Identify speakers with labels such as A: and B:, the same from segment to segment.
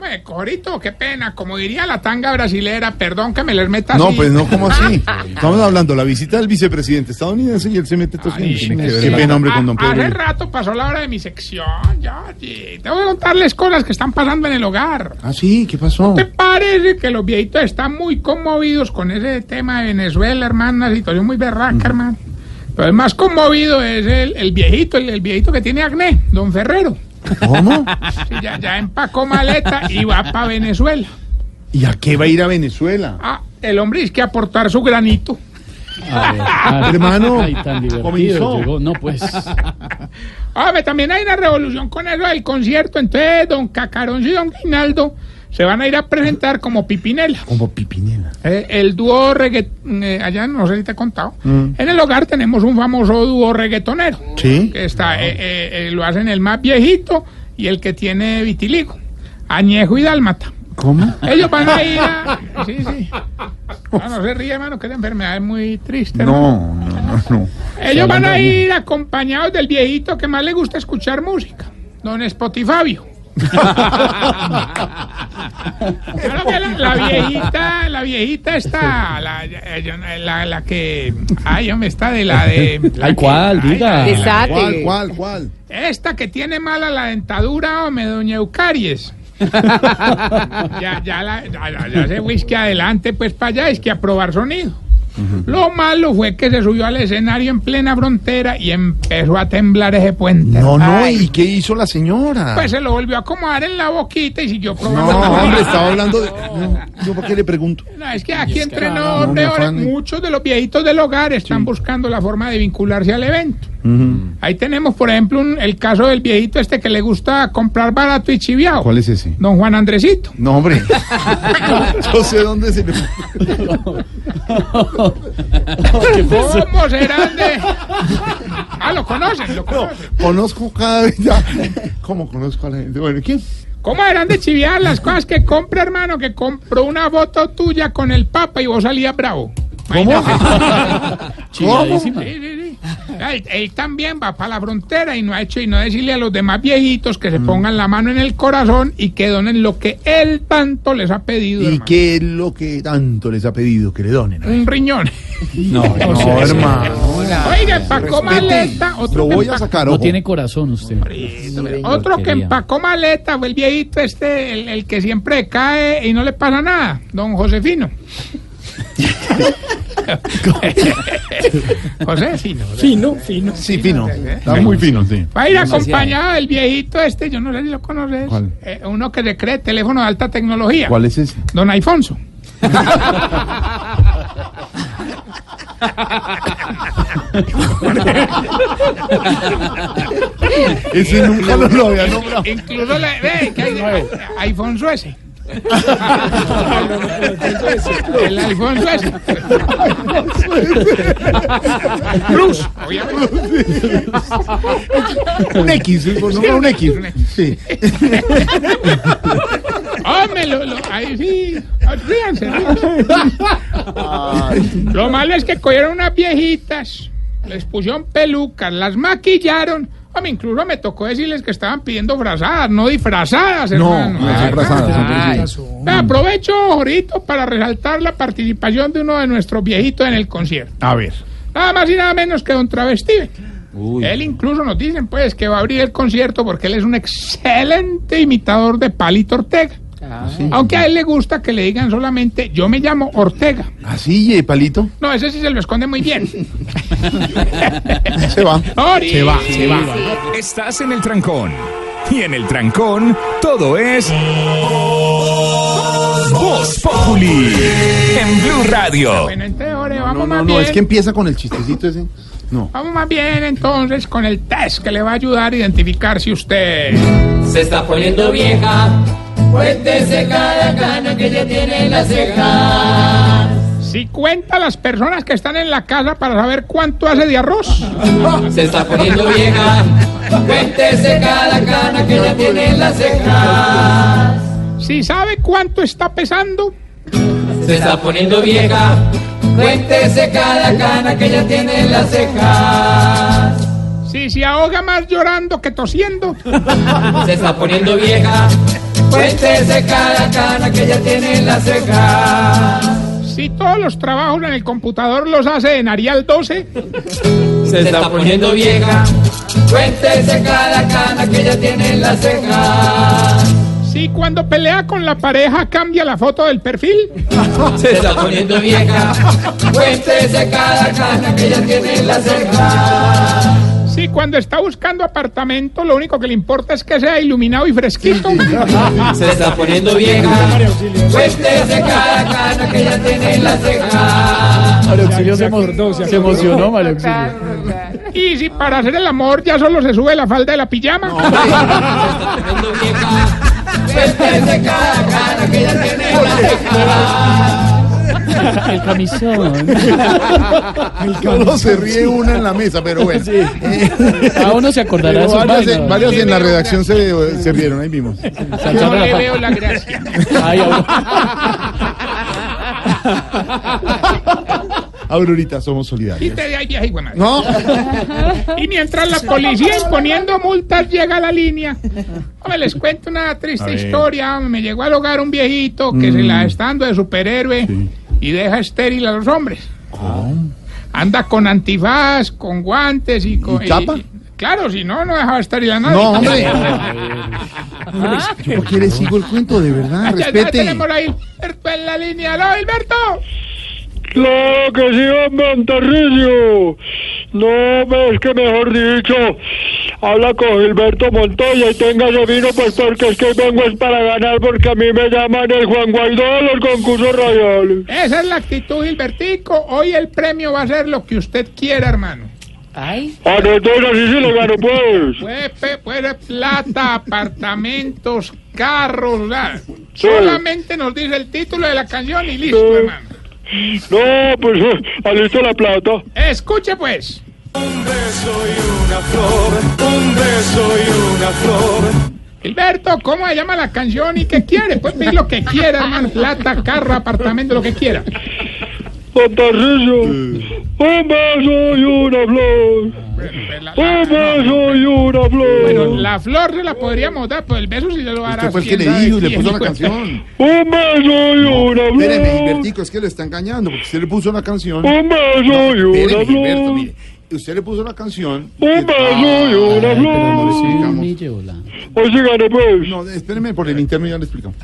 A: Hombre, Corito, qué pena. Como diría la tanga brasilera, perdón que me les meta
B: No,
A: así.
B: pues no, ¿cómo así? Estamos hablando, la visita del vicepresidente estadounidense y él se mete estos
A: Ay,
B: gente.
A: me
B: Qué
A: quedo.
B: pena, hombre, con don
A: Ha- Hace
B: Pedro.
A: rato pasó la hora de mi sección. Ya, sí. Tengo que contarles cosas que están pasando en el hogar.
B: Ah, sí, ¿qué pasó?
A: ¿Te parece que los viejitos están muy conmovidos con ese tema de Venezuela, hermano? Una situación muy berraca, hermano. Pero el más conmovido es el, el viejito, el, el viejito que tiene acné, don Ferrero.
B: ¿Cómo?
A: Sí, ya, ya empacó maleta y va para Venezuela.
B: ¿Y a qué va a ir a Venezuela?
A: Ah, el hombre es que aportar su granito.
B: Hermano,
C: Ah, Ay, tan divertido
B: comenzó.
C: llegó. No, pues.
A: Hombre, Ah, también hay una revolución con eso del concierto. Entonces, don Cacarón y don Guinaldo se van a ir a presentar como Pipinela.
B: Como Pipinela.
A: Eh, el dúo reggaeton... allá no sé si te he contado. En el hogar tenemos un famoso dúo reggaetonero.
B: Mm. Sí.
A: Que está, eh, eh, eh, lo hacen el más viejito y el que tiene vitiligo. Añejo y Dálmata.
B: ¿Cómo?
A: Ellos van a ir a... Sí, sí. Ah, No, no se ríe, hermano, que la enfermedad es muy triste. hermano.
B: No, no, no, no.
A: Ellos van a ir acompañados del viejito que más le gusta escuchar música, don Spotifabio. Claro que la, la viejita, la viejita está, la, eh, yo- la- la que, ay, hombre, está de la de... la
C: Ay,
A: que-
C: ¿cuál?
A: ay,
C: Diga.
A: ay, la-
B: ¿Cuál, cuál, cuál?
A: esta que tiene mala la dentadura, hombre, doña Eucaries. ya, ya, la- ya, ya- ya se whisky adelante, pues para allá, es que a probar sonido. Lo malo fue que se subió al escenario en plena frontera y empezó a temblar ese puente.
B: No, no,
A: Ay,
B: ¿y qué hizo la señora?
A: Pues se lo volvió a acomodar en la boquita y siguió
B: No,
A: probando.
B: hombre, estaba hablando de... No, ¿Yo por qué le pregunto?
A: No, es que aquí entre
B: no,
A: nos,
B: no,
A: de
B: no,
A: ahora,
B: Fanny.
A: muchos de los viejitos del hogar están buscando la forma de vincularse al evento. Ahí tenemos, por ejemplo, un- el caso del viejito este que le gusta comprar barato y chiviao.
B: ¿Cuál es ese?
A: Don Juan Andresito.
B: No, hombre. Yo sé dónde se le...
A: ¿Cómo serán de...? Ah, lo conocen, lo conocen.
B: Conozco cada vez ya. ¿Cómo conozco a la gente? Bueno, ¿quién?
A: ¿Cómo eran de chiviar las cosas que compra, hermano? Que compró una foto tuya con el Papa y vos salías bravo.
C: Chilladísima.
A: Sí, sí, sí. Él, él también va para la frontera y no ha hecho y no decirle a los demás viejitos que se
B: Mm.
A: pongan la mano en el corazón y que donen lo que él tanto les ha pedido.
B: ¿Y
A: hermano.
B: qué es lo que tanto les ha pedido que le donen?
A: Un riñón.
C: No, no,
B: No, hermano.
A: Oiga, empacó maleta. este
B: Lo
A: Otro que
B: voy a
A: empacó-
B: sacar,
C: No
B: ojo.
C: tiene corazón usted.
A: Otro que
C: Porquería.
A: empacó maleta fue el viejito este, el, el que siempre cae y no le pasa nada, don Josefino. José, fino. Fino, fino.
B: Sí, fino. Está muy fino, sí.
A: Va a ir acompañado el viejito este, yo no sé si lo conoces,
B: ¿Cuál?
A: eh, uno que se cree teléfono de alta tecnología,
B: ¿Cuál es ese?
A: don Alfonso.
B: Ese nunca lo, lo había nombrado.
A: Incluso le ve que hay Alfonso ese. el Alfonso ese. Cruz, obviamente.
B: Un X, sí, por nombrar un X.
A: un X.
B: Sí.
A: Hombre, lo, lo- ahí sí. Ríanse, ríanse. Lo malo es que cogieron unas viejitas, les pusieron pelucas, las maquillaron. Hombre, incluso me tocó decirles que estaban pidiendo frazadas, no disfrazadas,
B: No,
A: hermano.
B: no son frazadas, son frazadas.
A: Ah, Aprovecho, Jorito, para resaltar la participación de uno de nuestros viejitos en el concierto.
B: A ver.
A: Nada más y nada menos que Don Travestiven. Él incluso nos dicen pues que va a abrir el concierto porque él es un excelente imitador de Palito Ortega. Aunque a él le gusta que le digan solamente yo me llamo Ortega.
B: Así, eh, palito.
A: No, ese sí se lo esconde muy bien.
B: Se va.
A: Ori.
B: Se va, se va.
D: Estás en el trancón. Y en el trancón, todo es. Voz Populi. En Blue Radio.
A: Bueno, entonces, Ori,
B: No,
A: vamos
B: no,
A: más
B: no,
A: bien.
B: es que empieza con el chistecito ese. No.
A: Vamos más bien entonces con el test que le va a ayudar a identificar si usted...
E: Se está poniendo vieja, Cuéntese cada cana que ya tiene en la ceja.
A: Si cuenta las personas que están en la casa para saber cuánto hace de arroz.
E: Se está poniendo vieja. Cuéntese cada cana que ya tiene en la ceja.
A: Si sabe cuánto está pesando.
E: Se está poniendo vieja. Cuéntese cada cana que ya tiene en la ceja.
A: Si se ahoga más llorando que tosiendo.
E: Se está poniendo vieja. Cuéntese cada cana que ya tiene en la ceja.
A: Si todos los trabajos en el computador los hace en Arial 12.
E: Se está poniendo vieja. Cuéntese cada cana que ya tiene en la ceja.
A: Si cuando pelea con la pareja cambia la foto del perfil.
E: Se está poniendo vieja. Cuéntese cada cana que ya tiene en la ceja.
A: Si cuando está buscando apartamento lo único que le importa es que sea iluminado y fresquito.
E: Se está poniendo vieja. Cuéntese cada cana que ya tiene en la ceja.
C: Mario Auxilio se, emo- se emocionó, Mario Auxilio.
A: Y si para hacer el amor ya solo se sube la falda de la pijama.
E: poniendo vieja. Cuéntese cada cana que ya tiene en la ceja.
C: El camisón.
B: Solo se ríe una en la mesa, pero bueno.
C: A uno se acordará de
B: Pero
C: sus
B: varios, en-
C: vainas.
B: varios en la redacción se, se rieron, ahí mismo.
C: Salsa
A: Yo le
C: Rafa.
A: veo la gracia.
C: Ay, a uno-
B: Aurorita, somos solidarios.
A: Quite de ahí, vieja hijuemadre.
B: No,
A: Y mientras la policía imponiendo multas llega a la línea. Hombre, les cuento una
B: A
A: triste
B: ver. Mm.
A: historia. Me llegó al hogar un viejito que se la está dando de superhéroe y deja estéril a los hombres. Anda con antifaz, con guantes y con.
B: ¿Y tapa?
A: claro, si no, no dejaba estéril a nadie.
B: no, hombre. Yo por qué le sigo el cuento, de verdad,
A: Ya, ya
B: respete.
A: tenemos ahí Alberto en la línea. ¡Aló, Alberto!
F: Claro que sí, hombre, Antarricio. No, hombre, es que mejor dicho, habla con Gilberto Montoya y tenga ese vino, pues porque es que vengo es para ganar, porque a mí me llaman el Juan Guaidó de los concursos radiales.
A: Esa es la actitud, Gilbertico. Hoy el premio va a ser lo que usted quiera, hermano.
F: A nosotros Ah, así se le ganó, pues.
A: Puede, pe- puede ser plata, apartamentos, carros, nada. Solamente nos dice el título de la canción y listo, hermano.
F: No, pues, eh, alista la plata.
A: Escuche pues. Un beso y una flor, un beso y una flor. Gilberto, ¿cómo se llama la canción y qué quiere? Pues pedir lo que quiera, hermano. Plata, carro, apartamento, lo que quiera.
F: Antarricio, un beso y una flor.
A: La, la-
F: Un beso y una flor.
A: la flor se la podríamos dar, pero el beso sí se lo hará.
B: Este fue el que le
A: quién sabe
B: dijo y le
A: quién.
B: puso la canción.
F: Un beso y una
B: Espéreme,
F: flor.
B: Gilbertico, es que lo está engañando, porque usted le puso una canción.
F: Un beso y una
B: Espéreme, Gilberto,
F: flor.
B: mire. Usted le puso una canción.
F: Un beso y
B: no
F: una
B: le
F: flor.
B: explicamos.
C: Humille, hola.
F: Hoy se gané, pues.
B: No, espéreme, por el interno ya le explicamos.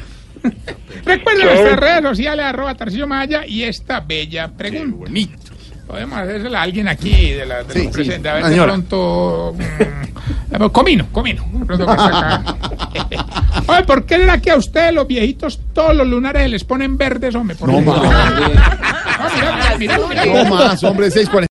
A: Recuerden nuestras redes sociales, arroba Tarcillo Maya y esta bella pregunta. Podemos hacérsela a alguien aquí de la de
B: Sí,
A: los
B: sí,
A: presentes. A ver,
B: una
A: de
B: señora.
A: pronto. mm, comino, comino. De pronto que está acá. Oye, ¿por qué era que a ustedes los viejitos todos los lunares les ponen verdes, hombre? Por
B: No
A: Dios.
B: más.
A: Ah, mira, mira, mira, mira.
B: No más, hombre, 640.